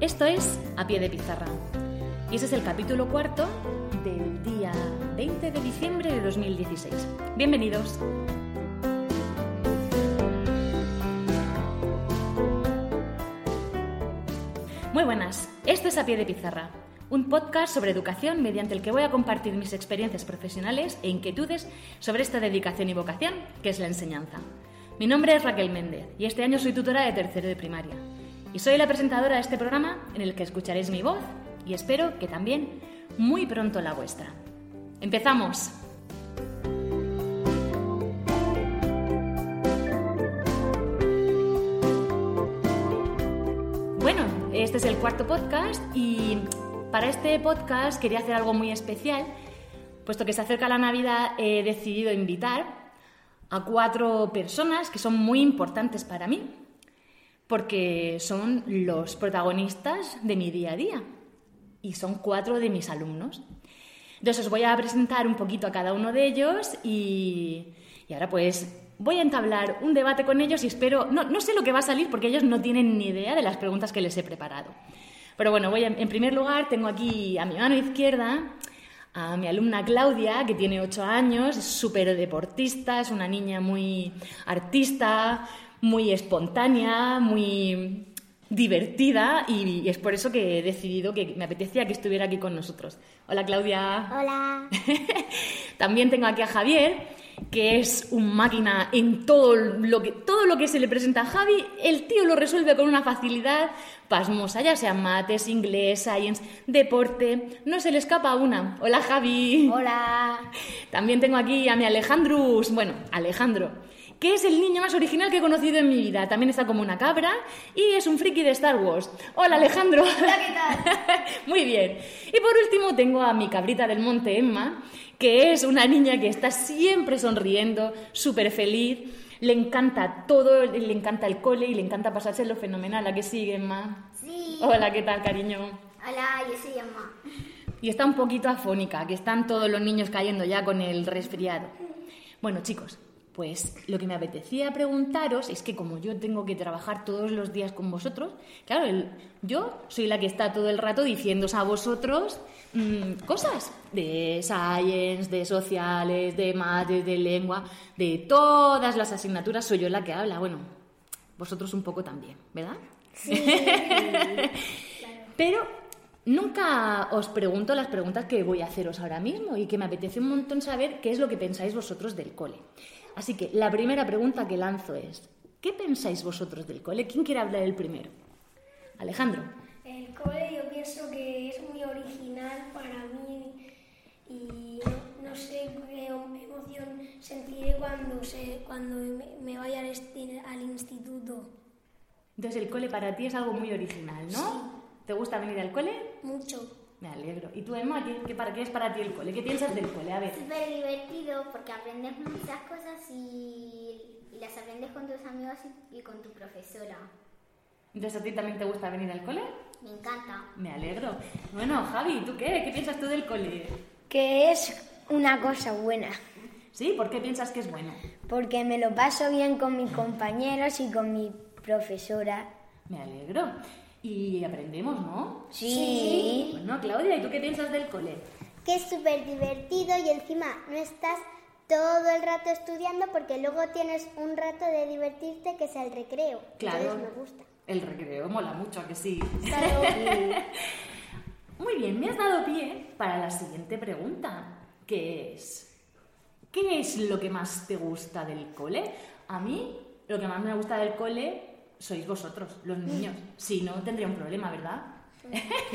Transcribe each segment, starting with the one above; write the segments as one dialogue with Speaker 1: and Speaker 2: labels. Speaker 1: Esto es A Pie de Pizarra. Y ese es el capítulo cuarto del día 20 de diciembre de 2016. Bienvenidos. Muy buenas, esto es A Pie de Pizarra, un podcast sobre educación mediante el que voy a compartir mis experiencias profesionales e inquietudes sobre esta dedicación y vocación que es la enseñanza. Mi nombre es Raquel Méndez y este año soy tutora de tercero de primaria. Y soy la presentadora de este programa en el que escucharéis mi voz y espero que también muy pronto la vuestra. ¡Empezamos! Bueno, este es el cuarto podcast y para este podcast quería hacer algo muy especial, puesto que se acerca la Navidad he decidido invitar a cuatro personas que son muy importantes para mí, porque son los protagonistas de mi día a día y son cuatro de mis alumnos. Entonces os voy a presentar un poquito a cada uno de ellos y, y ahora pues voy a entablar un debate con ellos y espero, no, no sé lo que va a salir porque ellos no tienen ni idea de las preguntas que les he preparado. Pero bueno, voy a- en primer lugar tengo aquí a mi mano izquierda a mi alumna Claudia, que tiene 8 años, es súper deportista, es una niña muy artista, muy espontánea, muy divertida y, y es por eso que he decidido que me apetecía que estuviera aquí con nosotros. Hola Claudia.
Speaker 2: Ah. Hola.
Speaker 1: También tengo aquí a Javier, que es un máquina en todo lo que todo lo que se le presenta a Javi, el tío lo resuelve con una facilidad pasmosa, ya sea mates, inglés, science, deporte, no se le escapa una. Hola Javi.
Speaker 2: Hola.
Speaker 1: También tengo aquí a mi Alejandrus, bueno, Alejandro, que es el niño más original que he conocido en mi vida. También está como una cabra y es un friki de Star Wars. Hola Alejandro.
Speaker 2: Hola, ¿qué tal?
Speaker 1: Muy bien. Y por último tengo a mi cabrita del monte, Emma, que es una niña que está siempre sonriendo, súper feliz. Le encanta todo, le encanta el cole y le encanta pasárselo fenomenal. ¿A que sigue, Emma?
Speaker 2: Sí.
Speaker 1: Hola, ¿qué tal, cariño?
Speaker 2: Hola, yo soy Emma.
Speaker 1: Y está un poquito afónica, que están todos los niños cayendo ya con el resfriado. Bueno, chicos, pues lo que me apetecía preguntaros es que como yo tengo que trabajar todos los días con vosotros, claro, el- yo soy la que está todo el rato diciéndos a vosotros mm, cosas de science, de sociales, de mates, de lengua, de todas las asignaturas soy yo la que habla. Bueno, vosotros un poco también, ¿verdad? Pero nunca os pregunto las preguntas que voy a haceros ahora mismo y que me apetece un montón saber qué es lo que pensáis vosotros del cole. Así que la primera pregunta que lanzo es, ¿qué pensáis vosotros del cole? ¿Quién quiere hablar el primero? Alejandro.
Speaker 3: El cole yo pienso que es muy original para mí y no, no sé qué emoción sentiré cuando se, cuando me, me vaya al, esti- al instituto.
Speaker 1: Entonces el cole para ti es algo muy original, ¿no? ¿Te gusta venir al cole?
Speaker 3: Mucho.
Speaker 1: Me alegro. ¿Y tú, Emma, qué, qué para, qué es para ti el cole? ¿Qué piensas del cole? A ver.
Speaker 2: Súper divertido porque aprendes muchas cosas y, y las aprendes con tus amigos y, y con tu profesora.
Speaker 1: Entonces a ti también te gusta venir al cole?
Speaker 2: Me encanta.
Speaker 1: Me alegro. Bueno, Javi, ¿tú qué? ¿Qué piensas tú del cole?
Speaker 3: Que es una cosa buena,
Speaker 1: Sí, ¿por qué piensas que es bueno?
Speaker 3: porque me lo paso bien con mis compañeros y con mi profesora.
Speaker 1: Me alegro. Y aprendemos, ¿no?
Speaker 3: Sí.
Speaker 1: Bueno, Claudia, ¿y tú qué piensas del cole?
Speaker 2: Que es súper divertido y encima no estás todo el rato estudiando porque luego tienes un rato de divertirte que es el recreo.
Speaker 1: El recreo mola mucho, ¿a que sí.
Speaker 2: Claro.
Speaker 1: Muy bien, me has dado pie para la siguiente pregunta, que es ¿qué es lo que más te gusta del cole? A mí lo que más me gusta del cole sois vosotros, los niños. Si no tendría un problema, ¿verdad?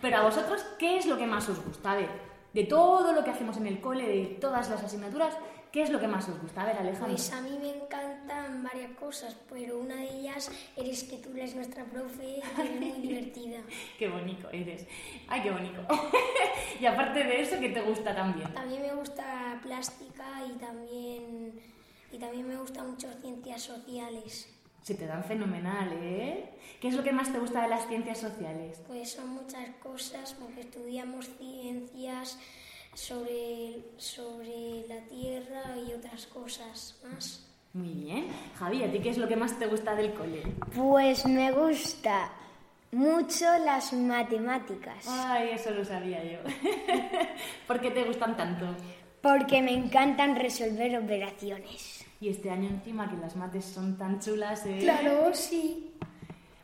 Speaker 1: Pero a vosotros, ¿qué es lo que más os gusta? A ver, de todo lo que hacemos en el cole, de todas las asignaturas, ¿qué es lo que más os gusta? A ver, Alejandro.
Speaker 3: Pues a mí me encantan varias cosas, pero una de ellas eres que tú eres nuestra profe y que eres muy divertida.
Speaker 1: Qué bonito eres. Ay, qué bonito. y aparte de eso, ¿qué te gusta también?
Speaker 3: También me gusta plástica y también, y también me gustan mucho ciencias sociales.
Speaker 1: Se te dan fenomenal, ¿eh? ¿Qué es lo que más te gusta de las ciencias sociales?
Speaker 3: Pues son muchas cosas porque estudiamos ciencias sobre, sobre la Tierra y otras cosas más.
Speaker 1: Muy bien. Javi, ¿a ti qué es lo que más te gusta del cole?
Speaker 4: Pues me gusta
Speaker 5: Mucho las matemáticas.
Speaker 1: Ay, eso lo sabía yo. ¿Por qué te gustan tanto?
Speaker 5: Porque me encantan resolver operaciones.
Speaker 1: Y este año encima que las mates son tan chulas. ¿eh?
Speaker 6: Claro, sí.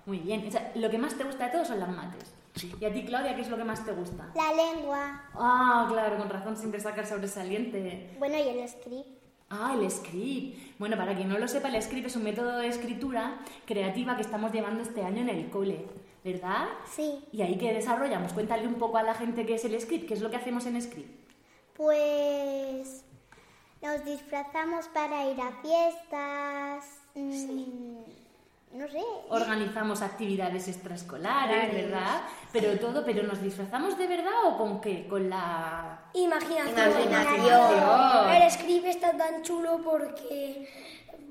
Speaker 1: Muy bien. O sea, lo que más te gusta de todo son las mates. ¿Y a ti, Claudia, qué es lo que más te gusta?
Speaker 3: La lengua.
Speaker 1: Ah, claro, con razón siempre sacas sobresaliente.
Speaker 3: Bueno, y el script.
Speaker 1: Ah, el script. Bueno, para quien no lo sepa, el script es un método de escritura creativa que estamos llevando este año en el cole, ¿verdad?
Speaker 3: Sí.
Speaker 1: ¿Y ahí qué desarrollamos? Cuéntale un poco a la gente qué es el script, qué es lo que hacemos en script.
Speaker 3: Pues nos disfrazamos para ir a fiestas. mm, No sé.
Speaker 1: Organizamos actividades extraescolares, ¿verdad? Pero todo, pero ¿nos disfrazamos de verdad o con qué? Con la
Speaker 6: Imaginación.
Speaker 1: Imaginación.
Speaker 6: El scribe está tan chulo porque,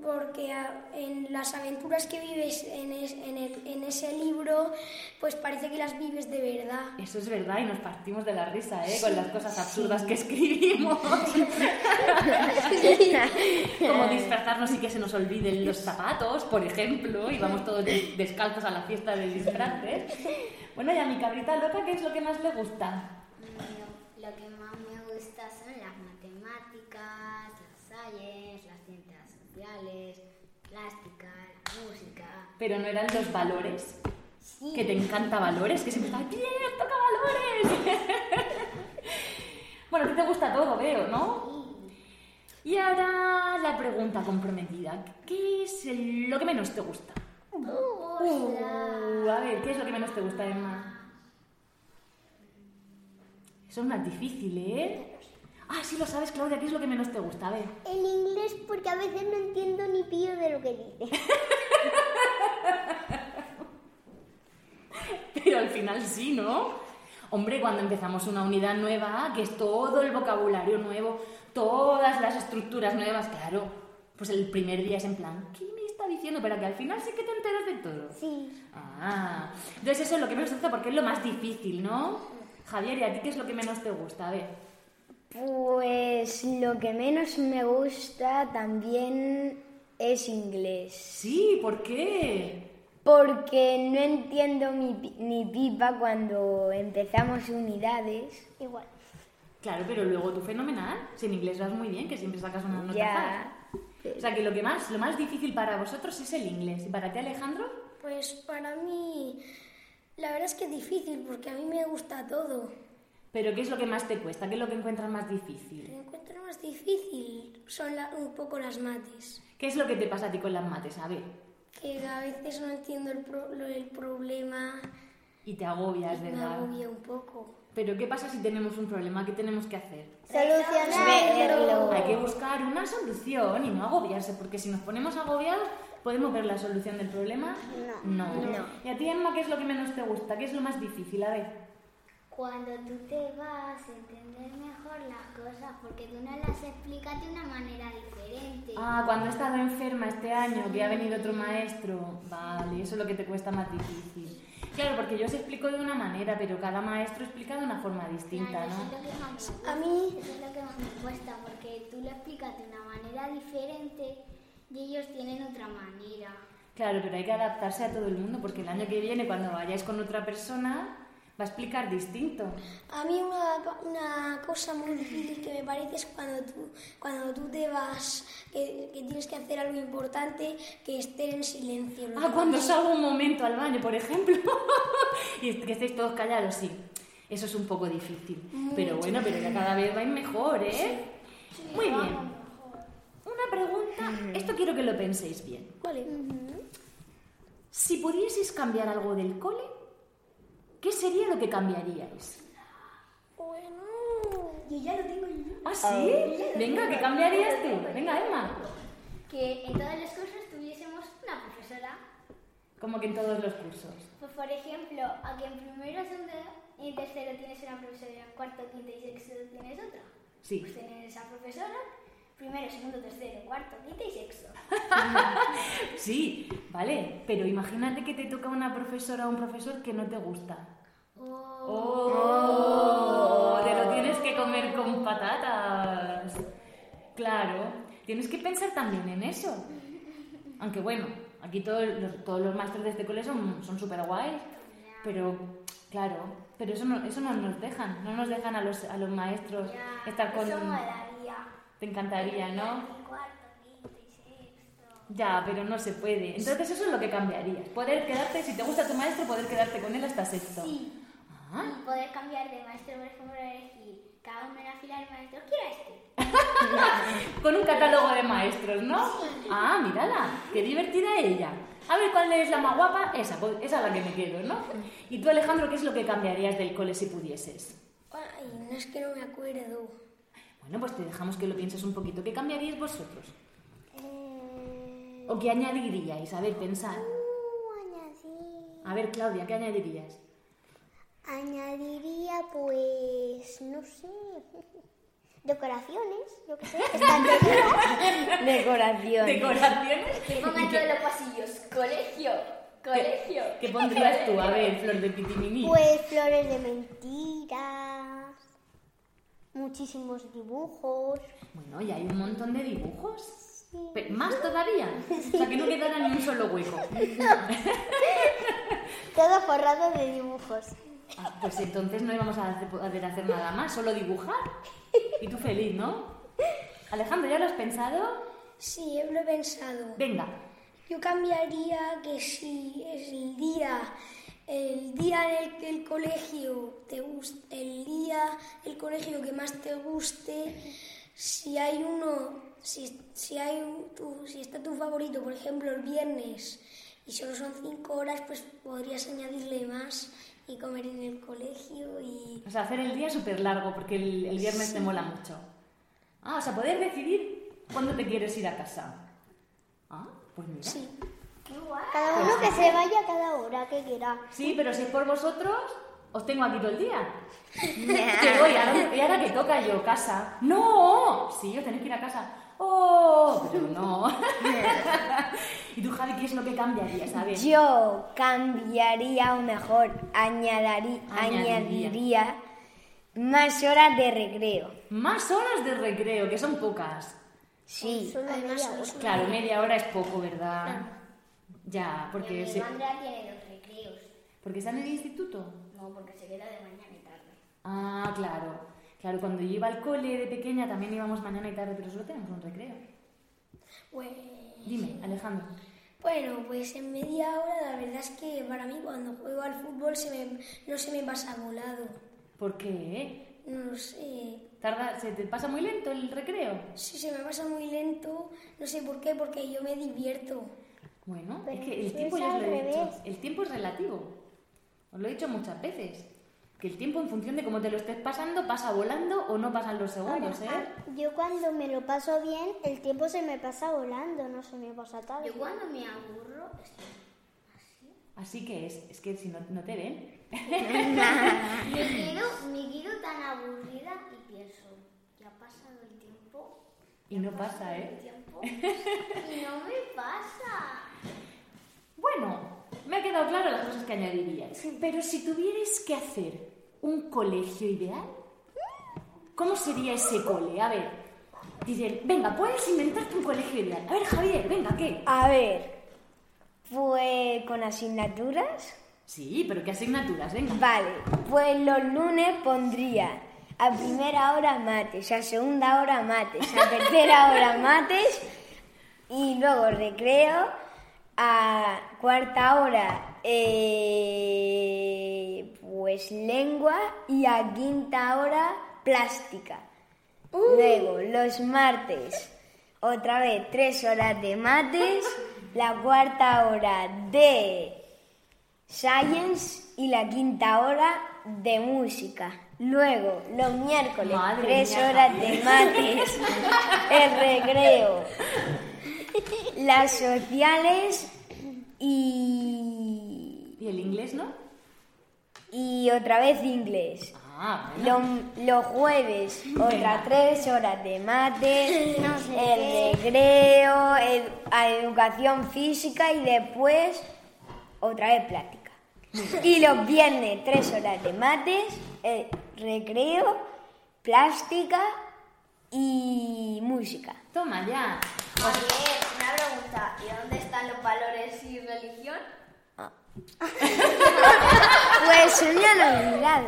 Speaker 6: porque ah, en las aventuras que vives en, es- en el- en ese libro, pues parece que las vives de verdad.
Speaker 1: Eso es verdad y nos partimos de la risa, ¿eh? Con las cosas absurdas que escribimos. Como disfrazarnos y que se nos olviden los zapatos, por ejemplo, y vamos todos des- descalzos a la fiesta de disfraces. Bueno, y a mi cabrita loca, ¿qué es lo que más le gusta?
Speaker 5: Mm,
Speaker 2: Lo que más me gusta son las matemáticas, las science, las ciencias sociales, plástica, la música.
Speaker 1: Pero no eran los valores.
Speaker 2: Sí.
Speaker 1: Que te encanta valores, que siempre estás, ¡bien, toca valores! bueno, a ti te gusta todo, veo, ¿no? Y ahora la pregunta comprometida. ¿Qué es el- lo que menos te gusta? Uh, a ver, ¿qué es lo que menos te gusta, Emma? Eso es más difícil, ¿eh? Ah, sí lo sabes, Claudia. ¿Qué es lo que menos te gusta? A ver.
Speaker 3: El inglés porque a veces no entiendo ni pío de lo que dice.
Speaker 1: Pero al final sí, ¿no? Hombre, cuando empezamos una unidad nueva, que es todo el vocabulario nuevo, todas las estructuras nuevas, claro, pues el primer día es en plan, ¿qué me está diciendo? Pero que al final sí que te enteras de todo.
Speaker 3: Sí.
Speaker 1: Ah, entonces eso es lo que menos te gusta porque es lo más difícil, ¿no? Javier, ¿y a ti qué es lo que menos te gusta? A ver.
Speaker 5: Pues lo que menos me gusta también es inglés.
Speaker 1: Sí, ¿por qué?
Speaker 5: Porque no entiendo mi pi- ni pipa cuando empezamos unidades.
Speaker 3: Igual.
Speaker 1: Claro, pero luego tú fenomenal. Si en inglés vas muy bien, que siempre sacas unas notas.
Speaker 5: Ya. Eh,
Speaker 1: O sea que lo que más, lo más difícil para vosotros es el inglés. ¿Y para ti, Alejandro?
Speaker 6: Pues para mí, la verdad es que es difícil porque a mí me gusta todo.
Speaker 1: ¿Pero qué es lo que más te cuesta? ¿Qué es lo que encuentras más
Speaker 6: Lo
Speaker 1: difícil?
Speaker 6: que encuentro más difícil son la- un poco las mates,
Speaker 1: ¿Qué es lo que te pasa a ti con las mates? A ver.
Speaker 6: que a veces no entiendo el, pro- lo- el problema,
Speaker 1: Y te agobias,
Speaker 6: Pues me
Speaker 1: ¿verdad?
Speaker 6: agobia un poco.
Speaker 1: Pero ¿qué pasa si tenemos un problema? ¿Qué tenemos que hacer?
Speaker 5: Verlo.
Speaker 1: Hay que buscar una solución y no agobiarse, porque si nos ponemos agobiados, ¿podemos ver la solución del problema? No. ¿Y a ti, Emma, qué es lo que menos te gusta? ¿Qué es lo más difícil? A ver.
Speaker 2: Cuando tú te vas a entender mejor las cosas porque tú no las explicas de una manera diferente.
Speaker 1: Ah, cuando he estado enferma este año, que ha venido otro maestro. Vale, eso es lo que te cuesta más difícil. Claro, porque yo os explico de una manera, pero cada maestro explica de una forma distinta,
Speaker 2: Claro, eso es
Speaker 1: ¿no?
Speaker 2: lo que más me
Speaker 6: A
Speaker 2: gusta,
Speaker 6: mí-
Speaker 2: eso es lo que más me cuesta porque tú lo explicas de una manera diferente y ellos tienen otra manera.
Speaker 1: Claro, pero hay que adaptarse a todo el mundo, porque el año que viene, cuando vayáis con otra persona, va a explicar distinto.
Speaker 6: A mí una, una cosa muy difícil que me parece es cuando tú, cuando tú te vas, que, que tienes que hacer algo importante, que estén en silencio.
Speaker 1: Ah, cuando salgo un momento al baño, por ejemplo, y que estéis todos callados, sí. Eso es un poco difícil. Pero bueno, pero ya cada vez vais mejor, ¿eh? Muy bien. Una pregunta, esto quiero que lo penséis bien.
Speaker 6: Vale.
Speaker 1: Si pudieseis cambiar algo del cole, ¿qué sería lo que cambiaríais?
Speaker 6: Bueno,
Speaker 2: Yo ya lo tengo yo.
Speaker 1: ¿Ah, sí? Venga, ¿qué cambiarías tú? Venga, Emma.
Speaker 2: Que en todos los cursos tuviésemos una profesora.
Speaker 1: Como que en todos los cursos.
Speaker 2: Pues por ejemplo, aquí en primero, segundo y tercero tienes una profesora, en cuarto, quinto y sexto tienes otra.
Speaker 1: Sí.
Speaker 2: Pues tener esa profesora, primero, segundo, tercero, cuarto, quinto y sexto.
Speaker 1: Sí, vale. Pero imagínate que te toca una profesora o un profesor que no te gusta. ¡Oh! Te lo tienes que comer con patatas. Claro, tienes que pensar también en eso. Aunque bueno, aquí todos los, todos los maestros de este cole son súper guays. pero claro, pero eso no, eso no nos dejan, no nos dejan a los, a los maestros
Speaker 6: Ya,
Speaker 1: estar con...
Speaker 6: Eso molaría.
Speaker 1: Te encantaría, ¿no?
Speaker 6: Mi cuarto, quinto y sexto.
Speaker 1: Ya, pero no se puede. Entonces eso es lo que cambiaría. Poder quedarte, si te gusta tu maestro, poder quedarte con él hasta sexto.
Speaker 3: Sí.
Speaker 1: Ah,
Speaker 3: Y poder cambiar de maestro, por ejemplo, elegir cada uno en la fila del maestro. Quiero este.
Speaker 1: con un catálogo de maestros, ¿no? Ah, mírala, qué divertida ella. A ver cuál es la más guapa, esa, pues, esa es la que me quedo, ¿no? Y tú, Alejandro, ¿qué es lo que cambiarías del cole si pudieses?
Speaker 6: Ay, no es que no me acuerdo.
Speaker 1: Bueno, pues te dejamos que lo pienses un poquito. ¿Qué cambiaríais vosotros?
Speaker 3: Eh,
Speaker 1: ¿O qué añadiríais? A ver, pensar.
Speaker 3: uh, añadir.
Speaker 1: A ver, Claudia, ¿qué añadirías?
Speaker 3: Añadiría, pues, no sé, decoraciones, yo qué sé, estanterías.
Speaker 5: Decoración.
Speaker 1: ¿Decoraciones?
Speaker 2: Que pongan todos los pasillos. Colegio. Colegio.
Speaker 1: ¿Qué pondrías tú? A ver, Flor de Pitiminí.
Speaker 3: pues flores de mentiras, muchísimos dibujos.
Speaker 1: Bueno, y hay un montón de dibujos. Pe- ¿Más todavía? O sea, que no quedará ni un solo hueco.
Speaker 3: Todo forrado de dibujos.
Speaker 1: Ah, pues entonces no íbamos a hacer- poder hacer nada más, solo dibujar. Y tú feliz, ¿no? Alejandro, ¿ya lo has pensado?
Speaker 6: Sí, lo he pensado.
Speaker 1: Venga,
Speaker 6: Yo cambiaría que si es el día, el día en el que el colegio te guste, el día del colegio que más te guste, si hay uno, si, si hay un- tu- si está tu favorito, por ejemplo, el viernes y solo son cinco horas, pues podrías añadirle más y comer en el colegio y
Speaker 1: o sea, hacer el día súper largo porque el, el viernes te mola mucho. Ah, o sea, poder decidir cuándo te quieres ir a casa. Ah, pues mira.
Speaker 6: sí.
Speaker 3: Cada uno que se vaya a cada hora que quiera.
Speaker 1: Sí, pero si es por vosotros, os tengo aquí todo el día. Que voy, ahora- y ahora que toca yo, casa. ¡No! Sí, os tenéis que ir a casa. ¡Oh! Pero no. ¿Y tú, Javi, qué es lo que cambiarías? A ver.
Speaker 5: Yo cambiaría o mejor añadari-
Speaker 1: Añadiría.
Speaker 5: añadiría más horas de recreo.
Speaker 1: Más horas de recreo, que son pocas.
Speaker 5: Sí.
Speaker 3: Solo media hora.
Speaker 1: Claro, media hora es poco, ¿verdad? Ya, porque,
Speaker 2: Mi
Speaker 1: se-
Speaker 2: amigo Andrea tiene los recreos.
Speaker 1: porque está en el instituto.
Speaker 2: No, porque se queda de mañana y tarde.
Speaker 1: Ah, claro. Claro, cuando yo iba al cole de pequeña también íbamos mañana y tarde, pero solo tenemos un recreo.
Speaker 6: Bueno,
Speaker 1: Dime, Alejandro.
Speaker 6: Bueno, pues en media hora la verdad es que para mí cuando juego al fútbol se me- no se me pasa volado.
Speaker 1: ¿Por qué? eh?
Speaker 6: No lo sé.
Speaker 1: Tarda, ¿Se te pasa muy lento el recreo?
Speaker 6: Sí, se me pasa muy lento. No sé por qué, porque yo me divierto.
Speaker 1: Bueno,
Speaker 3: Pero
Speaker 1: es que el
Speaker 3: eso
Speaker 1: tiempo
Speaker 3: es
Speaker 1: ya os
Speaker 3: al
Speaker 1: lo he dicho.
Speaker 3: revés.
Speaker 1: El tiempo es relativo. Os lo he dicho muchas veces. Que el tiempo en función de cómo te lo estés pasando pasa volando o no pasan los segundos, ¿eh?
Speaker 3: Yo cuando me lo paso bien, el tiempo se me pasa volando, no se me pasa tarde.
Speaker 2: Yo cuando me aburro, estoy
Speaker 1: Así que es, es que si no, no te ven.
Speaker 2: Me quedo, me quedo tan aburrida y pienso, ya ha pasado el tiempo.
Speaker 1: Y no
Speaker 2: ha
Speaker 1: pasa,
Speaker 2: pasado
Speaker 1: ¿eh?
Speaker 2: El tiempo, y no me pasa.
Speaker 1: Bueno, me ha quedado claro las cosas que añadirías. Pero si tuvierais que hacer un colegio ideal, ¿cómo sería ese cole? A ver, dicen, venga, puedes inventarte un colegio ideal. A ver, Javier, venga, ¿qué?
Speaker 5: A ver, pues con asignaturas.
Speaker 1: Sí, pero ¿qué asignaturas? Venga.
Speaker 5: Vale, pues los lunes pondría a primera hora mates, a segunda hora mates, a tercera hora mates y luego recreo, a cuarta hora eh, pues lengua y a quinta hora plástica.
Speaker 1: Uh.
Speaker 5: Luego los martes otra vez tres horas de mates, la cuarta hora de Science y la quinta hora de música. Luego, los miércoles,
Speaker 1: Madre
Speaker 5: tres
Speaker 1: mía,
Speaker 5: horas
Speaker 1: Javier.
Speaker 5: de mates, el recreo, las sociales y,
Speaker 1: ¿Y el inglés, no?
Speaker 5: y otra vez inglés.
Speaker 1: Ah, bueno.
Speaker 5: Los, los jueves, otras tres horas de mates, el recreo, ed- a educación física y después otra vez práctica. Y los viernes, tres horas de mates, eh, recreo, plástica y música.
Speaker 1: Toma ya.
Speaker 2: Oye, una pregunta,
Speaker 5: Ah.
Speaker 2: ¿y dónde están los valores y religión?
Speaker 5: eso me lo he olvidado.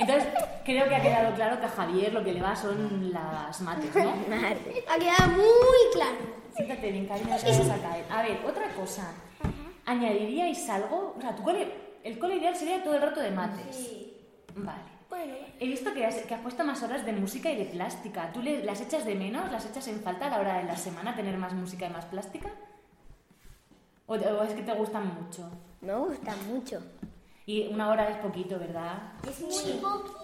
Speaker 1: Entonces, creo que ha quedado claro que a Javier lo que le va son las mates, ¿no?
Speaker 5: Madre.
Speaker 6: Ha quedado muy claro.
Speaker 1: Siéntate bien, cariño, que vamos a caer. A ver, otra cosa. ¿Añadiríais algo? O sea, tu cole, el cole ideal sería todo el rato de mates. Vale.
Speaker 6: Bueno,
Speaker 1: He visto que has, que has puesto más horas de música y de plástica. ¿Tú le- las echas de menos? ¿Las echas en falta a la hora de la semana tener más música y más plástica? ¿O, o es que te gustan mucho?
Speaker 5: Me gusta mucho.
Speaker 1: Y una hora es poquito, ¿verdad?
Speaker 3: Es muy poquito.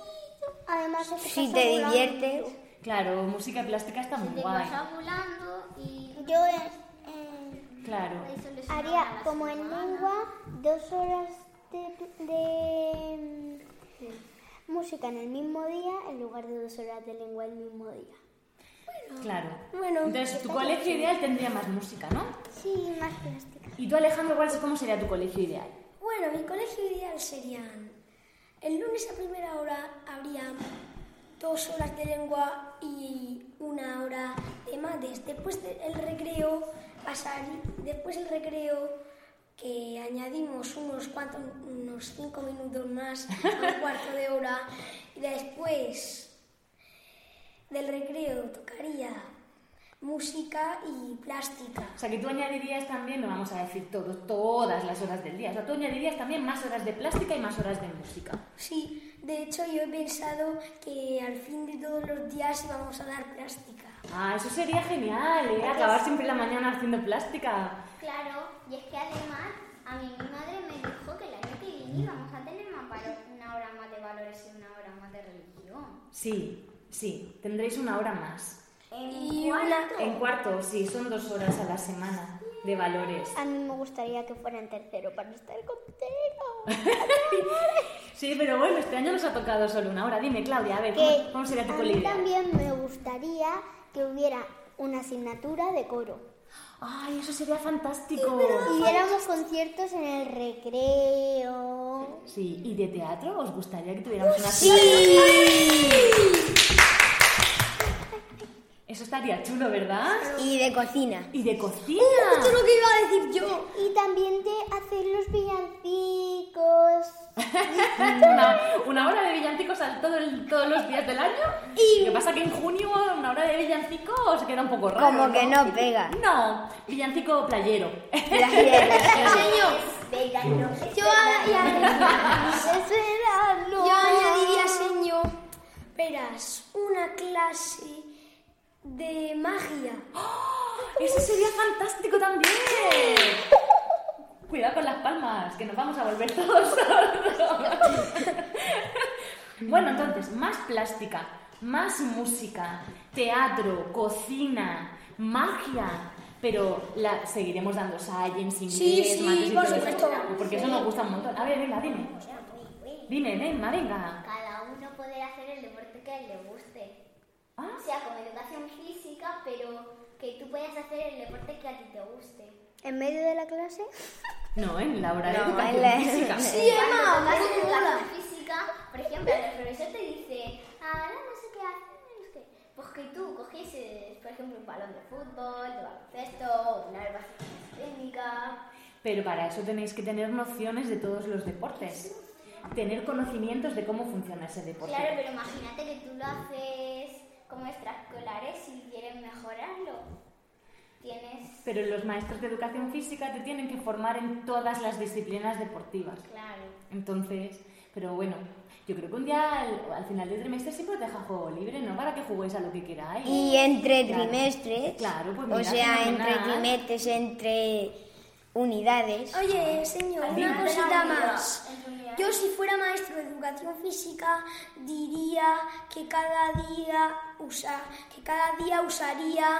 Speaker 3: Además, es que
Speaker 5: Si
Speaker 3: pasa
Speaker 5: te
Speaker 3: volando.
Speaker 5: diviertes,
Speaker 1: Claro, música y plástica está muy
Speaker 2: Te
Speaker 1: guay.
Speaker 2: pasa volando y
Speaker 3: Yo eh, eh,
Speaker 1: Claro.
Speaker 2: eso les
Speaker 3: haría como en lengua dos horas de, de, mm, música en el mismo día en lugar de dos horas de lengua el mismo día.
Speaker 1: Claro.
Speaker 6: Bueno,
Speaker 1: Entonces, tu colegio ideal tendría más música, ¿no?
Speaker 3: Sí, más plástica.
Speaker 1: ¿Y tú, Alejandro, cuál es- cómo sería tu colegio ideal?
Speaker 6: Bueno, mi colegio ideal serían. El lunes a primera hora habría dos horas de lengua y una hora de mates. Después del recreo, pasar, después del recreo que añadimos unos cuantos, unos cinco minutos más a un cuarto de hora. Y después del recreo tocaría música y plástica.
Speaker 1: O sea, que tú añadirías también, no vamos a decir todo, todas las horas del día. O sea, tú añadirías también más horas de plástica y más horas de música.
Speaker 6: Sí, de hecho yo he pensado que al fin de todos los días vamos a dar plástica.
Speaker 1: Ah, eso sería genial, ¿eh? Acabar siempre la mañana haciendo plástica.
Speaker 2: Claro, y es que además a mí mi madre me dijo que el año que viene íbamos a tener más valo- una hora más de valores y una hora más de religión.
Speaker 1: Sí, sí, tendréis una hora más.
Speaker 2: En
Speaker 6: Y una-
Speaker 2: cuarto.
Speaker 1: En cuarto, sí, son dos horas a la semana de valores.
Speaker 3: A mí me gustaría que fuera en tercero para estar contigo.
Speaker 1: Sí, pero bueno, este año nos ha tocado solo una hora. Dime, Claudia, a ver,
Speaker 3: que
Speaker 1: ¿cómo, cómo sería tu
Speaker 3: a mí
Speaker 1: colegio?
Speaker 3: también me gustaría que hubiera una asignatura de coro.
Speaker 1: Ay, eso sería fantástico.
Speaker 3: Y viéramos conciertos en el recreo.
Speaker 1: Sí, ¿y de teatro? ¿Os gustaría que tuviéramos una Eso estaría chulo, ¿verdad?
Speaker 5: y de cocina.
Speaker 1: ¿Y de cocina?
Speaker 6: lo que iba a decir yo.
Speaker 3: Y también de hacer los villancicos.
Speaker 1: una, una hora de villancicos al- todo el- todos los días del año. Y... Lo que pasa que en junio una hora de villancicos queda un poco raro.
Speaker 5: Como que no pega.
Speaker 1: No, villancico playero.
Speaker 5: La fiesta.
Speaker 3: Verano.
Speaker 6: Yo, a- y a-
Speaker 3: Es verano.
Speaker 6: yo añadiría, señor, verás, una clase de magia.
Speaker 1: Eso sería fantástico también. Cuidado con las palmas, que nos vamos a volver todos sordos. Bueno, entonces, más plástica, más música, teatro, cocina, magia. Pero la, seguiremos dando science, inglés,
Speaker 6: Sí, sí,
Speaker 1: mates y
Speaker 6: por
Speaker 1: todo eso,
Speaker 6: supuesto.
Speaker 1: Porque eso nos gusta un montón. A ver, venga, dime. Dime, venga, venga.
Speaker 2: Cada uno poder hacer el deporte que a él le guste.
Speaker 1: Ah,
Speaker 2: O sea, como educación física, pero que tú puedas hacer el deporte que a ti te guste.
Speaker 3: En medio de la clase.
Speaker 1: no, en la hora de
Speaker 5: No,
Speaker 1: educación
Speaker 5: en la-
Speaker 1: física.
Speaker 6: Sí, Emma,
Speaker 2: Cuando tocas
Speaker 6: muy
Speaker 2: educación física, por ejemplo, el profesor te dice, ahora no sé qué hacer, no sé qué. Pues que tú cogieses, por ejemplo, un balón de fútbol, de baloncesto, una herba técnica.
Speaker 1: Pero para eso tenéis que tener nociones de todos los deportes. Tener conocimientos de cómo funciona ese deporte.
Speaker 2: Claro, pero imagínate que tú lo haces como extraescolares y quieres mejorarlo. Tienes,
Speaker 1: Pero los maestros de educación física te tienen que formar en todas las disciplinas deportivas.
Speaker 2: claro.
Speaker 1: Entonces, pero bueno, yo creo que un día al, al final del trimestre siempre os deja juego libre, ¿no? Para que juguéis a lo que queráis.
Speaker 5: Y entre
Speaker 1: Claro.
Speaker 5: trimestres.
Speaker 1: Claro, pues mira,
Speaker 5: O sea, entre
Speaker 1: fenomenal.
Speaker 5: trimestres, entre unidades.
Speaker 6: Oye, señor, una
Speaker 1: Dime.
Speaker 6: cosita
Speaker 2: Dale, dale,
Speaker 6: más.
Speaker 2: dale.
Speaker 6: Yo si fuera maestro de educación física diría que cada día usa, que cada día usaría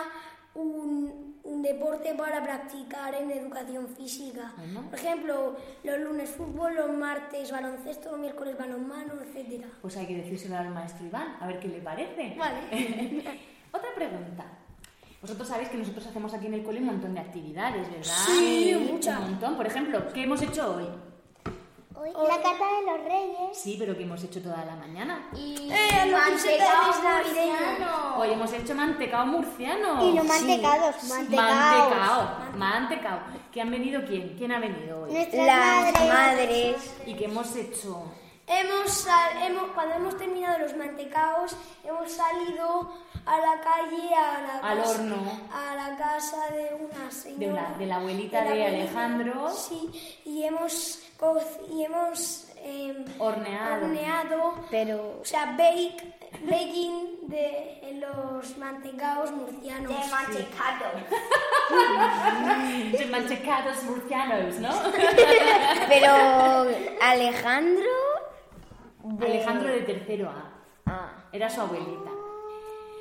Speaker 6: un, un deporte para practicar en educación física.
Speaker 1: Bueno.
Speaker 6: Por ejemplo, los lunes fútbol, los martes baloncesto, los miércoles balonmano, etcétera.
Speaker 1: Pues hay que decírselo al maestro Iván, a ver qué le parece.
Speaker 6: Vale.
Speaker 1: Otra pregunta. Vosotros sabéis que nosotros hacemos aquí en el cole un montón de actividades, ¿verdad?
Speaker 6: Sí, muchas.
Speaker 1: Un montón. Por ejemplo, ¿qué hemos hecho hoy?
Speaker 3: Hoy, la cata de los reyes.
Speaker 1: Sí, pero que hemos hecho toda la mañana.
Speaker 2: Y
Speaker 6: Eh, lo que se te
Speaker 2: mantecao
Speaker 6: es navideño.
Speaker 2: murciano.
Speaker 1: Hoy hemos hecho mantecao murciano.
Speaker 3: Y los mantecados, mantecados.
Speaker 1: Mantecao, mantecao. ¿Que han venido quién? ¿Quién ha venido hoy?
Speaker 3: Nuestras
Speaker 5: Las
Speaker 3: madres.
Speaker 5: madres.
Speaker 1: ¿Y qué hemos hecho?
Speaker 6: Hemos, sal- hemos- cuando hemos terminado los mantecaos, hemos salido a la calle, a la
Speaker 1: Al
Speaker 6: casa,
Speaker 1: horno.
Speaker 6: a la casa de una señora,
Speaker 1: de la abuelita de Alejandro.
Speaker 6: Sí, y hemos co- y hemos eh,
Speaker 1: Horneado.
Speaker 6: horneado,
Speaker 5: Pero
Speaker 6: o sea, bake, baking de los mantecaos murcianos.
Speaker 2: De mantecados.
Speaker 1: De mantecados murcianos, ¿no?
Speaker 5: Pero Alejandro. de-
Speaker 1: Alejandro de tercero A.
Speaker 5: Ah,
Speaker 1: Era su abuelita.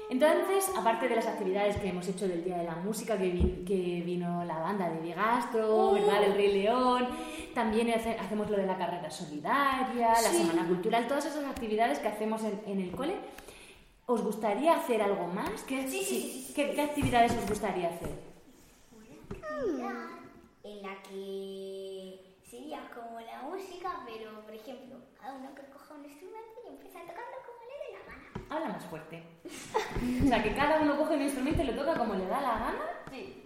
Speaker 1: Entonces, aparte de las actividades que hemos hecho del Día de la Música, que, vi- que vino la banda de Biegastro, ¿verdad? El Rey León, también hace- hacemos lo de la carrera solidaria, la Semana Cultural, todas esas actividades que hacemos en, en el cole. ¿Os gustaría hacer algo más? ¿Qué, sí, ¿qué, qué actividades os gustaría hacer?
Speaker 2: en la que sería como la música, pero por ejemplo, cada uno que coja un instrumento y empieza a tocarlo como le dé la gana.
Speaker 1: Habla más fuerte. O sea, que cada uno coge un instrumento y lo toca como le da la gana.
Speaker 2: Sí.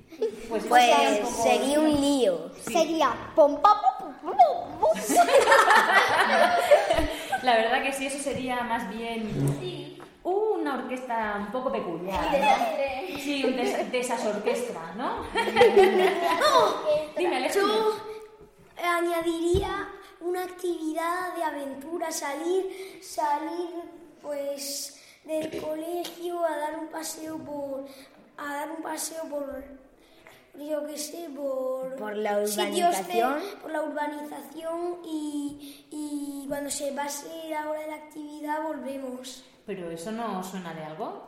Speaker 1: Pues, eso sería
Speaker 5: pues
Speaker 1: un poco-
Speaker 5: sería un lío.
Speaker 3: Sería pom, pa, pum, pum, pum, pum.
Speaker 1: La verdad que sí, eso sería más bien una orquesta un poco peculiar.
Speaker 2: Desastre.
Speaker 1: Sí, un des- de esas orquestas, ¿no? Dime, Alejandro.
Speaker 6: Yo Eh, añadiría una actividad de aventura, salir, salir pues del colegio a dar un paseo por a dar un paseo por yo que sé, por,
Speaker 5: Por la
Speaker 6: sitios de-
Speaker 5: urbanización.
Speaker 6: por la urbanización y, y cuando se pase la hora de la actividad volvemos.
Speaker 1: Pero eso no os suena de algo.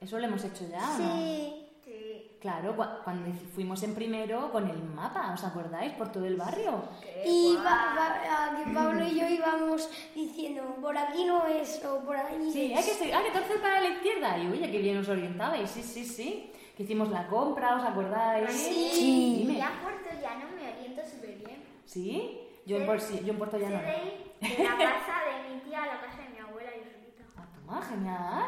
Speaker 1: Eso lo hemos hecho ya, ¿o no?
Speaker 3: Sí.
Speaker 2: Sí.
Speaker 1: Claro, cua- cuando fuimos en primero con el mapa, ¿os acordáis? Por todo el barrio.
Speaker 6: Y pa- pa- a que Pablo y yo íbamos diciendo, por aquí no es, o por ahí
Speaker 1: Sí,
Speaker 6: es.
Speaker 1: hay que, seguir- hay que torcer para la izquierda. Y oye, que bien os orientabais. Sí, sí, sí. Que hicimos la compra, ¿os acordáis?
Speaker 2: Y
Speaker 1: Dime.
Speaker 2: Ya Puerto ya no me oriento súper bien.
Speaker 1: ¿Sí? Yo en, por, sí, yo en Puerto
Speaker 2: Sé
Speaker 1: Llano.
Speaker 2: de ir de la casa de mi tía a la casa de mi abuela y solita.
Speaker 1: Ah, toma, genial.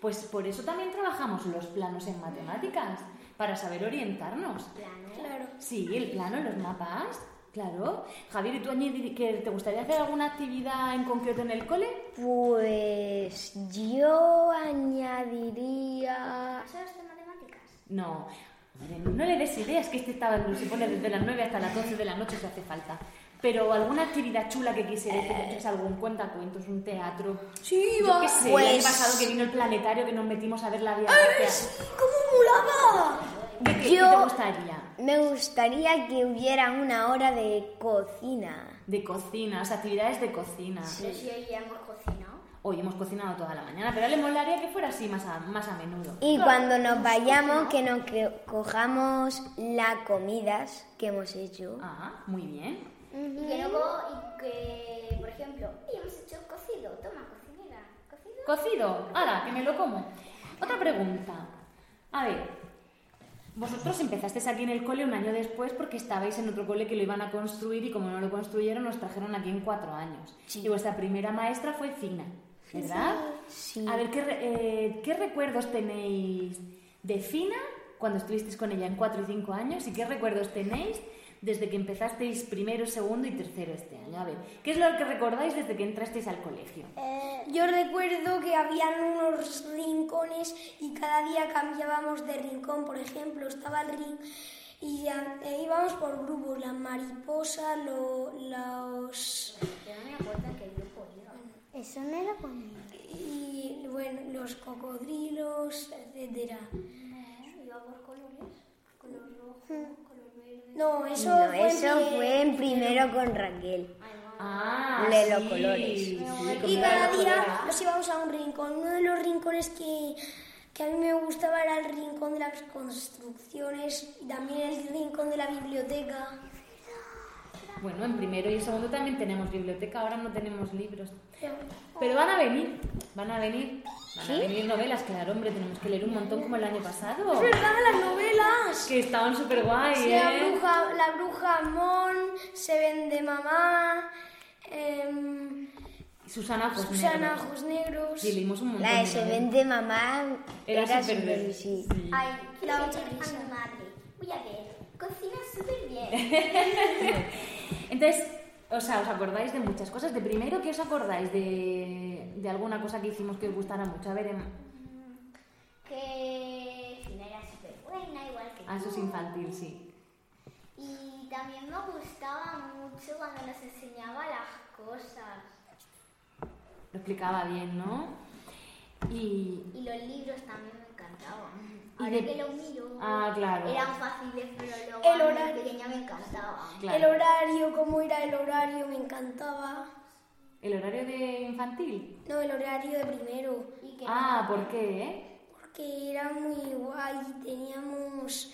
Speaker 1: Pues por eso también trabajamos los planos en matemáticas, para saber orientarnos.
Speaker 2: Plano.
Speaker 6: Claro.
Speaker 1: Sí, el plano, los mapas, claro. Javier, ¿y tú añadir- que te gustaría hacer alguna actividad en concreto en el cole?
Speaker 5: Pues yo añadiría.
Speaker 2: ¿Pasos de matemáticas?
Speaker 1: No. Hombre, No le des ideas, que este estaba, se pone desde las 9 hasta las 12 de la noche si hace falta. Pero alguna actividad chula que quisieras que te eches algún cuentacuentos, un teatro.
Speaker 6: Sí,
Speaker 1: Yo qué sé, el año
Speaker 5: Pues-
Speaker 1: pasado que vino el planetario que nos metimos a ver la Vía Láctea.
Speaker 6: ¿Cómo molaba?
Speaker 1: ¿Qué- qué- qué
Speaker 5: Yo-
Speaker 1: te gustaría?
Speaker 5: Me gustaría que hubiera una hora de cocina.
Speaker 1: De cocina, o sea, actividades de cocina.
Speaker 2: Pero si hoy ya hemos cocinado.
Speaker 1: Hoy hemos cocinado toda la mañana, pero le molaría que fuera así más a, más a menudo.
Speaker 5: Y cuando nos vayamos, que nos que- cojamos las comidas que hemos hecho.
Speaker 1: Ah, muy bien.
Speaker 2: Y que luego, y que, por ejemplo, y hemos hecho cocido. Toma, cocinera. Cocido.
Speaker 1: Cocido, ahora, que me lo como. Otra pregunta. A ver, vosotros empezasteis aquí en el cole un año después porque estabais en otro cole que lo iban a construir y como no lo construyeron, nos trajeron aquí en cuatro años. Y vuestra primera maestra fue Fina, ¿verdad?
Speaker 5: Sí.
Speaker 1: A ver, ¿qué, re- eh, ¿qué recuerdos tenéis de Fina cuando estuvisteis con ella en 4 y 5 años? ¿Y qué recuerdos tenéis desde que empezasteis primero, segundo y tercero este año? A ver, ¿qué es lo que recordáis desde que entrasteis al colegio?
Speaker 6: Yo recuerdo que habían unos rincones y cada día cambiábamos de rincón. Por ejemplo, estaba el ring y ya- e íbamos por grupos, las mariposas, lo- los
Speaker 2: Yo no me acuerdo en qué grupo iba.
Speaker 3: Eso no era conmigo.
Speaker 6: y bueno, los cocodrilos, etcétera.
Speaker 2: Iba por colores. Color rojo, color verde.
Speaker 6: Mm. No, eso
Speaker 5: No,
Speaker 6: fue,
Speaker 5: eso
Speaker 6: en
Speaker 5: fue en primero con Raquel.
Speaker 1: Ah,
Speaker 5: Le los
Speaker 1: sí,
Speaker 5: colores.
Speaker 1: sí,
Speaker 6: Y
Speaker 1: como
Speaker 6: cada
Speaker 1: la
Speaker 6: día
Speaker 1: colorada.
Speaker 6: nos íbamos a un rincón. Uno de los rincones que, que a mí me gustaba era el rincón de las construcciones y también el rincón de la biblioteca.
Speaker 1: Bueno, en primero y en segundo también tenemos biblioteca, ahora no tenemos libros. Pero van a venir, van a venir, van a venir novelas, claro, hombre, tenemos que leer un montón como el año pasado.
Speaker 6: ¡Verdad, las novelas!
Speaker 1: Que estaban ¿eh? súper guay,
Speaker 6: La bruja, la bruja Mon, Se vende mamá, em,
Speaker 1: Susana Ojos
Speaker 6: Susana,
Speaker 1: Negros.
Speaker 6: Ojos Negros.
Speaker 1: Sí, leímos un montón.
Speaker 5: La de
Speaker 1: de novelas.
Speaker 5: Semente Mamá
Speaker 1: Era, súper
Speaker 5: era súper...
Speaker 1: verde.
Speaker 5: Sí.
Speaker 1: Sí.
Speaker 2: Ay,
Speaker 6: La
Speaker 2: la otra
Speaker 6: otra
Speaker 2: a
Speaker 6: risa.
Speaker 2: mi madre. Voy a ver. Cocina súper bien.
Speaker 1: Entonces, o sea, os acordáis de muchas cosas. De primero, ¿qué os acordáis de, de alguna cosa que hicimos que os gustara mucho? A ver, Em, Emma.
Speaker 2: que Fina era súper buena, igual que
Speaker 1: Ah, eso es
Speaker 2: tú.
Speaker 1: infantil, sí.
Speaker 2: Y también me gustaba mucho cuando nos enseñaba las cosas.
Speaker 1: Lo explicaba bien, ¿no? Y.
Speaker 2: Y los libros también me encantaban.
Speaker 1: Y
Speaker 2: Ahora
Speaker 1: de-
Speaker 2: que lo miro,
Speaker 1: Ah, claro.
Speaker 2: eran fáciles, pero
Speaker 6: El
Speaker 2: luego a mí
Speaker 6: horario.
Speaker 2: de pequeña me encantaba.
Speaker 1: Claro.
Speaker 6: El horario, cómo era el horario, me encantaba.
Speaker 1: ¿El horario de infantil?
Speaker 6: No, el horario de primero,
Speaker 2: Y que
Speaker 1: Ah, ¿por qué? eh?
Speaker 6: porque era muy guay. Teníamos.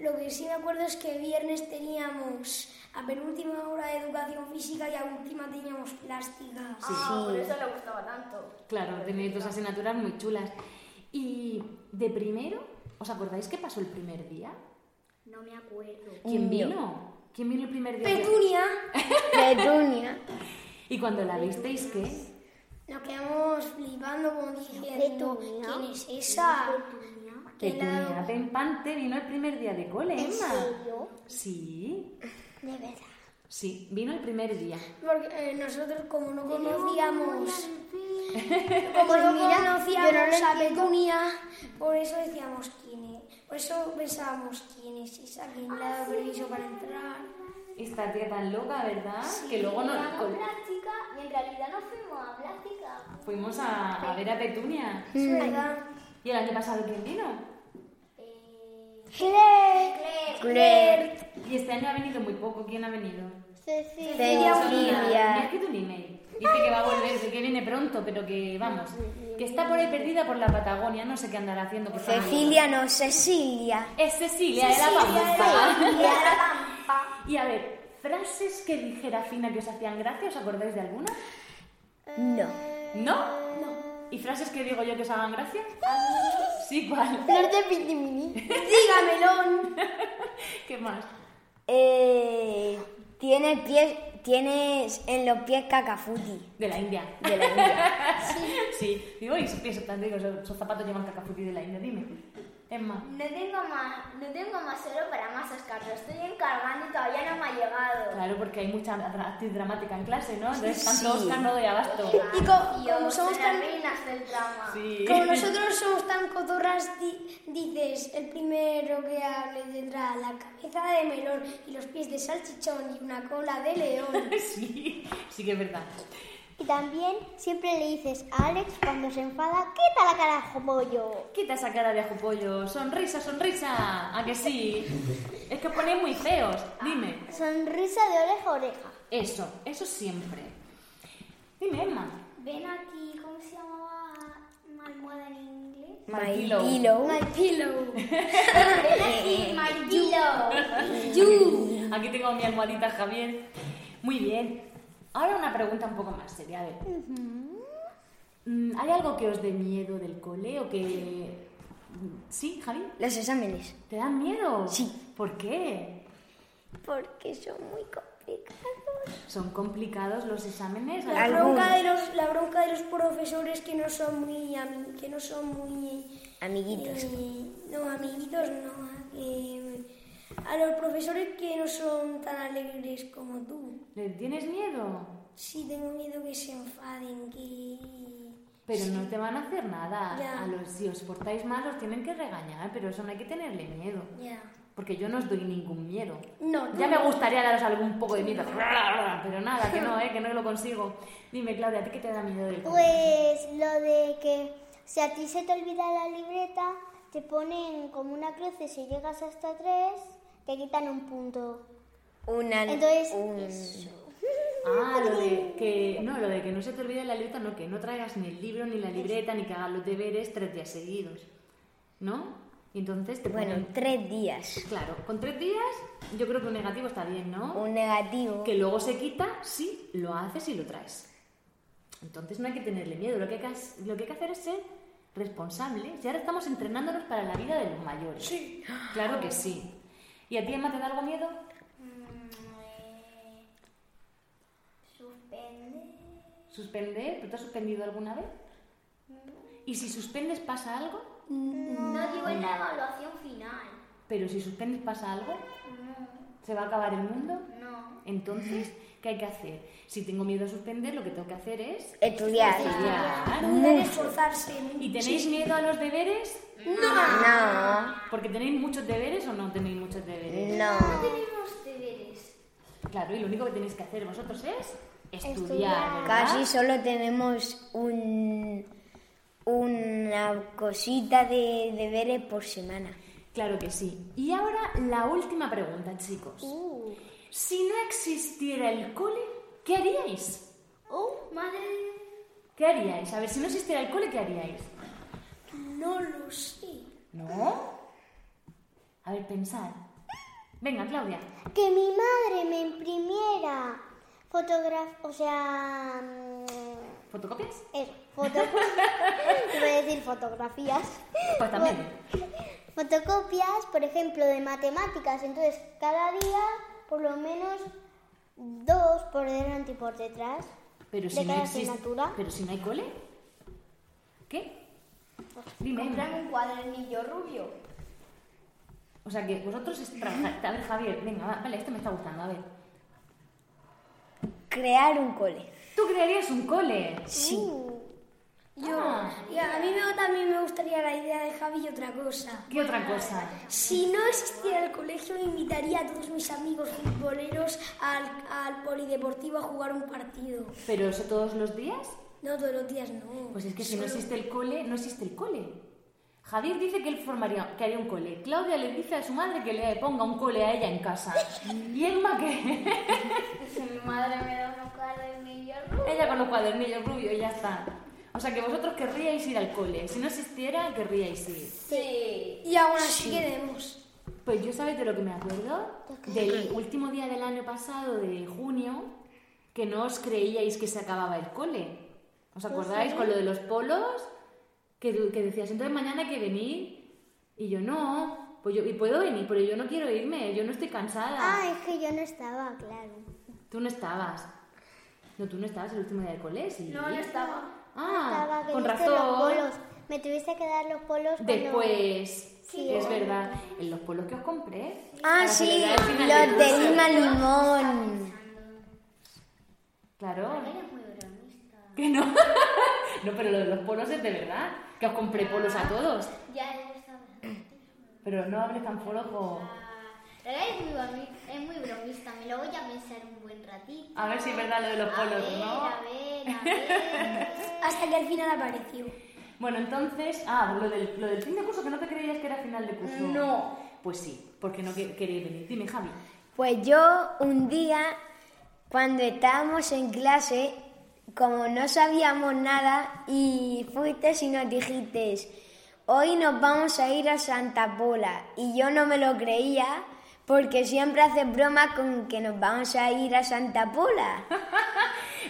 Speaker 6: Lo que sí me acuerdo es que viernes teníamos a penúltima hora de educación física y a última teníamos plástica.
Speaker 2: Ah, por eso le gustaba tanto.
Speaker 1: Claro, tenéis dos asignaturas muy chulas. Y de primero, ¿os acordáis qué pasó el primer día?
Speaker 2: No me acuerdo.
Speaker 1: ¿Quién
Speaker 5: No.
Speaker 1: vino? ¿Quién vino el primer día?
Speaker 6: Petunia,
Speaker 5: Petunia.
Speaker 1: Y cuando la visteis, ¿qué?
Speaker 6: nos quedamos flipando como diciendo:
Speaker 3: Petunia.
Speaker 6: ¿Quién es esa? Que la-
Speaker 1: Petunia Pempante vino el primer día de cole,
Speaker 3: ¿En
Speaker 1: Emma.
Speaker 3: serio?
Speaker 1: Sí,
Speaker 3: De verdad.
Speaker 1: Sí, vino el primer día.
Speaker 6: Porque eh, nosotros, como no conocíamos.
Speaker 3: Pues mira,
Speaker 6: Como no
Speaker 3: yo no lo
Speaker 6: conocíamos a
Speaker 3: entiendo.
Speaker 6: Petunia, por eso decíamos quién es. Por eso pensábamos quién es esa, quién le ha dado permiso para entrar.
Speaker 1: Esta tía tan loca, ¿verdad? que luego no,
Speaker 2: Fuimos a
Speaker 1: col-
Speaker 2: plástica y en realidad no fuimos a plástica.
Speaker 1: fuimos a, a ver a Petunia.
Speaker 6: Es verdad.
Speaker 1: ¿Y el año pasado quién vino?
Speaker 2: Eh,
Speaker 3: Claire,
Speaker 2: Claire,
Speaker 5: Claire.
Speaker 1: Y este año ha venido muy poco. ¿Quién ha venido?
Speaker 3: Cecilia,
Speaker 1: Me ha
Speaker 5: Cecilia.
Speaker 1: escrito un email. Dice que va a volver, que viene pronto, pero que vamos. Que está por ahí perdida por la Patagonia, no sé qué andará haciendo. por Patagonia.
Speaker 5: Cecilia no, Cecilia.
Speaker 1: Es Cecilia, de la Pampa.
Speaker 2: Claire, la trampa.
Speaker 1: Y a ver, frases que dijera Fina que os hacían gracia, ¿os acordáis de alguna?
Speaker 5: No.
Speaker 1: ¿No? No. ¿Y frases que digo yo que os hagan gracia? Sí, ¿cuál?
Speaker 3: Flor de Pitimini.
Speaker 6: Dígamelo.
Speaker 1: ¿Qué más?
Speaker 5: Eh, tiene pies, tienes en los pies cacafuti.
Speaker 1: De la India.
Speaker 5: De la India.
Speaker 1: Sí. Digo, y pienso tanto, digo, esos esos zapatos llevan cacafuti de la India, dime. Emma.
Speaker 2: No tengo más, no tengo más oro para más Oscar, lo estoy encargando y todavía no me ha llegado.
Speaker 1: Claro, porque hay mucha dra- actriz dramática en clase, ¿no? Entonces, tanto Oscar no doy abasto.
Speaker 6: Y co- como
Speaker 2: Dios,
Speaker 6: somos
Speaker 2: las
Speaker 6: tan.
Speaker 2: reinas del drama.
Speaker 1: Sí.
Speaker 6: Como nosotros somos tan cotorras, di- dices, el primero que hable tendrá la cabeza de melón y los pies de salchichón y una cola de león.
Speaker 1: Sí, sí que es verdad.
Speaker 3: Y también siempre le dices a Alex cuando se enfada, quita la carajo pollo.
Speaker 1: Quita esa cara de ajupollo. Sonrisa, sonrisa. ¿A que sí? Es que os ponéis muy feos. Dime.
Speaker 3: Sonrisa de oreja a oreja.
Speaker 1: Eso, eso siempre. Dime, Emma.
Speaker 2: Ven aquí, ¿cómo se llamaba my almohada en inglés?
Speaker 1: My
Speaker 5: My
Speaker 1: pillow.
Speaker 5: pillow.
Speaker 6: My pillow.
Speaker 2: Ven aquí, my pillow.
Speaker 1: Aquí tengo mi almohadita, Javier. Muy bien. Ahora una pregunta un poco más seria. A ver. Mm, ¿Hay algo que os dé miedo del cole o que... mm, Sí, Javi?
Speaker 5: Los exámenes.
Speaker 1: ¿Te dan miedo?
Speaker 5: Sí.
Speaker 1: ¿Por qué?
Speaker 5: Porque son muy complicados.
Speaker 1: ¿Son complicados los exámenes?
Speaker 6: La
Speaker 5: Algunos.
Speaker 6: bronca, de los, la bronca de los profesores que no son muy ami- que no son muy
Speaker 5: Amiguitos.
Speaker 6: eh, no amiguitos no eh, a los profesores que no son tan alegres como tú
Speaker 1: ¿Le tienes miedo?
Speaker 6: sí tengo miedo que se enfaden que
Speaker 1: Pero no te van a hacer nada.
Speaker 6: Ya.
Speaker 1: A los, si os portáis mal, os tienen que regañar, pero eso no hay que tenerle miedo.
Speaker 6: ya
Speaker 1: Porque yo no os doy ningún miedo.
Speaker 6: no
Speaker 1: Ya me gustaría daros algún poco de miedo. Pero nada, que no, ¿eh? que no lo consigo. Dime, Claudia, ¿a ti qué te da miedo del cole?
Speaker 3: Pues lo de que si a ti se te olvida la libreta, te ponen como una cruz y si llegas hasta tres, te quitan un punto.
Speaker 5: Una,
Speaker 3: Entonces,
Speaker 5: un-
Speaker 1: Ah, lo de que no, lo de que no se te olvide la libreta, no, que no traigas ni el libro, ni la libreta, ni que hagas los deberes tres días seguidos. ¿No? Y entonces te
Speaker 5: Bueno,
Speaker 1: ponen-
Speaker 5: tres días.
Speaker 1: Claro, con tres días yo creo que un negativo está bien, ¿no?
Speaker 5: Un negativo.
Speaker 1: que luego se quita si lo haces y lo traes. Entonces no hay que tenerle miedo, lo que hay que, has- lo que, hay que hacer es ser responsables. Y ahora estamos entrenándonos para la vida de los mayores. Sí. Claro que sí. ¿Y a ti, Emma, te da algo miedo?
Speaker 2: Mm, eh, suf-
Speaker 1: ¿Suspender? ¿Tú te has suspendido alguna vez? ¿Y si suspendes pasa algo?
Speaker 2: No digo en la evaluación final.
Speaker 1: Pero si suspendes pasa algo, ¿se va a acabar el mundo?
Speaker 2: No.
Speaker 1: Entonces, ¿qué hay que hacer? Si tengo miedo a suspender, lo que tengo que hacer es
Speaker 5: Estudiar.
Speaker 1: estudiar.
Speaker 6: Deben esforzarse.
Speaker 1: ¿Y tenéis miedo a los deberes?
Speaker 5: No.
Speaker 1: ¿Porque tenéis muchos deberes o no tenéis muchos deberes?
Speaker 2: No
Speaker 5: No.
Speaker 2: tenemos deberes.
Speaker 1: Claro, y lo único que tenéis que hacer vosotros es estudiar.
Speaker 3: Estudiar.
Speaker 1: ¿verdad?
Speaker 5: Casi solo tenemos un, una cosita de deberes por semana.
Speaker 1: Claro que sí. Y ahora la última pregunta, chicos.
Speaker 3: Uh,
Speaker 1: Si no existiera el cole, ¿qué haríais?
Speaker 2: Oh, madre.
Speaker 1: ¿Qué haríais? A ver, si no existiera el cole, ¿qué haríais?
Speaker 6: No lo sé.
Speaker 1: ¿No? A ver, pensad. Venga, Claudia.
Speaker 3: que mi madre me imprimiera fotografía, o sea, mm,
Speaker 1: ¿Fotocopias?
Speaker 3: Eso, foto... iba a decir fotografías.
Speaker 1: Pues también.
Speaker 3: Bueno, fotocopias, por ejemplo, de matemáticas. Entonces, cada día, por lo menos dos por delante y por detrás.
Speaker 1: Pero si
Speaker 3: de
Speaker 1: no
Speaker 3: cada
Speaker 1: existe-
Speaker 3: asignatura.
Speaker 1: Pero si no hay cole. ¿Qué? Dime.
Speaker 2: Compran un cuadernillo rubio.
Speaker 1: O sea que vosotros es trabajar. A ver, Javier, venga, va, vale, esto me está gustando. A ver.
Speaker 5: Crear un cole.
Speaker 1: ¿Tú crearías un cole?
Speaker 5: Sí.
Speaker 6: Yo,
Speaker 1: Ah.
Speaker 6: y a mí me- también me gustaría la idea de Javi y otra cosa.
Speaker 1: ¿Qué otra cosa?
Speaker 6: Si no existiera el colegio, invitaría a todos mis amigos futboleros al, al polideportivo a jugar un partido.
Speaker 1: ¿Pero eso todos los días?
Speaker 6: No, todos los días no.
Speaker 1: Pues es que si no
Speaker 6: Solo-
Speaker 1: existe el cole, no existe el cole. Javier dice que él formaría, que haría un cole. Claudia le dice a su madre que le ponga un cole a ella en casa. Y Emma que
Speaker 2: Mi madre me da unos cuadernillos rubios.
Speaker 1: ella con los cuadernillos rubios y ya está. O sea que vosotros querríais ir al cole. Si no existiera, querríais ir.
Speaker 2: Sí.
Speaker 6: Y aún así queremos.
Speaker 1: Pues yo sabes de lo que me acuerdo del último día del año pasado de junio que no os creíais que se acababa el cole. ¿Os acordáis con lo de los polos? Que, du- que decías, entonces mañana hay que venir. Y yo no, pues yo y puedo venir, pero yo no quiero irme, yo no estoy cansada.
Speaker 3: Ah, es que yo no estaba, claro.
Speaker 1: Tú no estabas. No, tú no estabas el último día del cole, sí.
Speaker 2: No, no estaba.
Speaker 1: Ah,
Speaker 3: estaba, que
Speaker 1: con
Speaker 3: diste los
Speaker 1: razón.
Speaker 3: polos. Me tuviste que dar los polos cuando-
Speaker 1: Después,
Speaker 3: Sí,
Speaker 1: es
Speaker 3: es
Speaker 1: verdad, en los polos que os compré.
Speaker 5: Ah,
Speaker 1: para
Speaker 5: sí,
Speaker 1: celebrar el final
Speaker 5: los de
Speaker 1: curso.
Speaker 5: Lima Limón.
Speaker 1: Claro.
Speaker 2: Eres muy bromista.
Speaker 1: Que no. no, pero lo de los polos es de verdad. Que os compré polos
Speaker 2: Ah.
Speaker 1: a todos.
Speaker 2: Ya eres tan-
Speaker 1: Pero no hables tan flojo.
Speaker 2: Ah, Rebeca es muy, bromi- es muy bromista, me lo voy a pensar un buen ratito.
Speaker 1: A ver si es verdad lo de los
Speaker 2: A
Speaker 1: polos,
Speaker 2: ver,
Speaker 1: ¿no?
Speaker 2: a ver, a ver.
Speaker 6: Hasta que al final apareció.
Speaker 1: Bueno, entonces. Ah, lo del, lo del fin de curso, que no te creías que era final de curso. No. Pues sí, porque no que- queréis venir. Dime, Javi.
Speaker 5: Pues yo un día, cuando estábamos en clase, como no sabíamos nada, y fuiste y nos dijiste, hoy nos vamos a ir a Santa Pola. Y yo no me lo creía, porque siempre haces bromas con que nos vamos a ir a Santa Pola.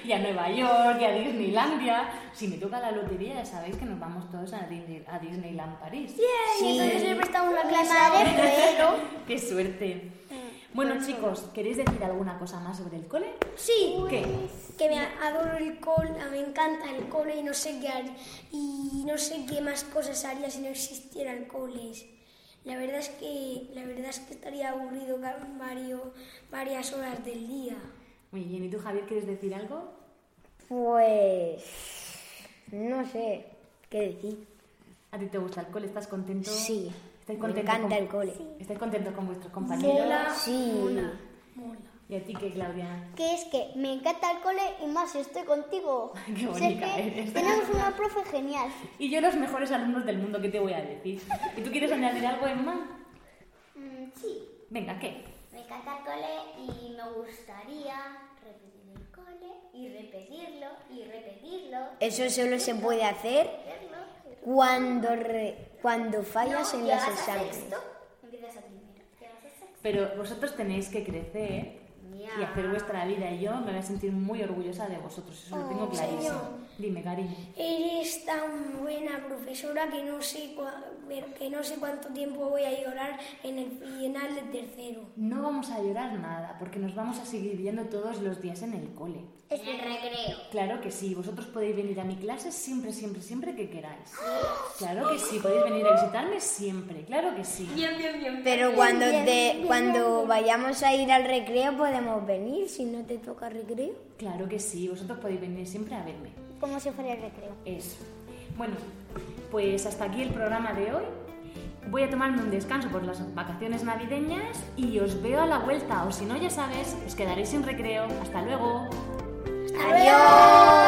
Speaker 1: Y a Nueva York, y a Disneylandia. Si me toca la lotería, ya sabéis que nos vamos todos a, Disney- a Disneyland París.
Speaker 6: Y entonces siempre estamos en la
Speaker 3: Mi
Speaker 6: clase.
Speaker 3: madre fue
Speaker 1: ¡Qué suerte!
Speaker 2: Mm,
Speaker 1: Bueno,
Speaker 2: pues
Speaker 1: chicos, ¿queréis decir alguna cosa más sobre el cole?
Speaker 6: Sí,
Speaker 1: ¿Qué?
Speaker 6: que me adoro el cole, me encanta el cole y no sé qué har- y no sé qué más cosas haría si no existiera el cole. La verdad es que la verdad es que estaría aburrido ca- vario- varias horas del día.
Speaker 1: Muy bien, ¿y tú, Javier, quieres decir algo?
Speaker 5: Pues... no sé qué decir.
Speaker 1: ¿A ti te gusta el cole? ¿Estás contento?
Speaker 5: Sí,
Speaker 1: ¿Estáis
Speaker 5: me
Speaker 1: contento
Speaker 5: encanta
Speaker 1: con-
Speaker 5: el cole.
Speaker 1: ¿Estáis contentos con vuestros compañeros?
Speaker 5: Sí.
Speaker 1: ¿Y a ti qué, Claudia?
Speaker 3: que es que me encanta el cole y más si estoy contigo.
Speaker 1: Qué
Speaker 3: O sea, es
Speaker 1: bonita
Speaker 3: que
Speaker 1: eres.
Speaker 3: Tenemos una profe genial.
Speaker 1: Y yo los mejores alumnos del mundo, ¿qué te voy a decir? ¿Y tú quieres añadir algo, Emma?
Speaker 2: Mm, sí,
Speaker 1: Venga, ¿qué?
Speaker 2: me encanta el cole y me gustaría repetir el cole y repetirlo y repetirlo.
Speaker 5: Eso solo se puede hacer
Speaker 2: Verlo.
Speaker 5: cuando re- cuando fallas
Speaker 2: No,
Speaker 5: en los
Speaker 2: llegas a
Speaker 5: exámenes.
Speaker 2: sexto, Empiezas a primero. Llegas a sexto.
Speaker 1: Pero vosotros tenéis que crecer y hacer vuestra vida. Y yo me voy a sentir muy orgullosa de vosotros, eso lo
Speaker 5: Oh,
Speaker 1: tengo clarísimo. Dime, cariño.
Speaker 6: Eres tan buena profesora que no sé, cua- que no sé cuánto tiempo voy a llorar en el final del tercero.
Speaker 1: No vamos a llorar nada, porque nos vamos a seguir viendo todos los días en el cole.
Speaker 2: En el recreo.
Speaker 1: Claro que sí, vosotros podéis venir a mi clase siempre, siempre, siempre que queráis. Claro que sí, podéis venir a visitarme siempre, claro que sí.
Speaker 2: Bien, bien, bien.
Speaker 5: Pero cuando, te, cuando vayamos a ir al recreo podemos venir si no te toca recreo.
Speaker 1: Claro que sí, vosotros podéis venir siempre a verme.
Speaker 3: Como si fuera el recreo.
Speaker 1: Eso. Bueno, pues hasta aquí el programa de hoy. Voy a tomarme un descanso por las vacaciones navideñas y os veo a la vuelta, o si no, ya sabes, os quedaréis sin recreo. Hasta luego.
Speaker 5: ¡Adiós!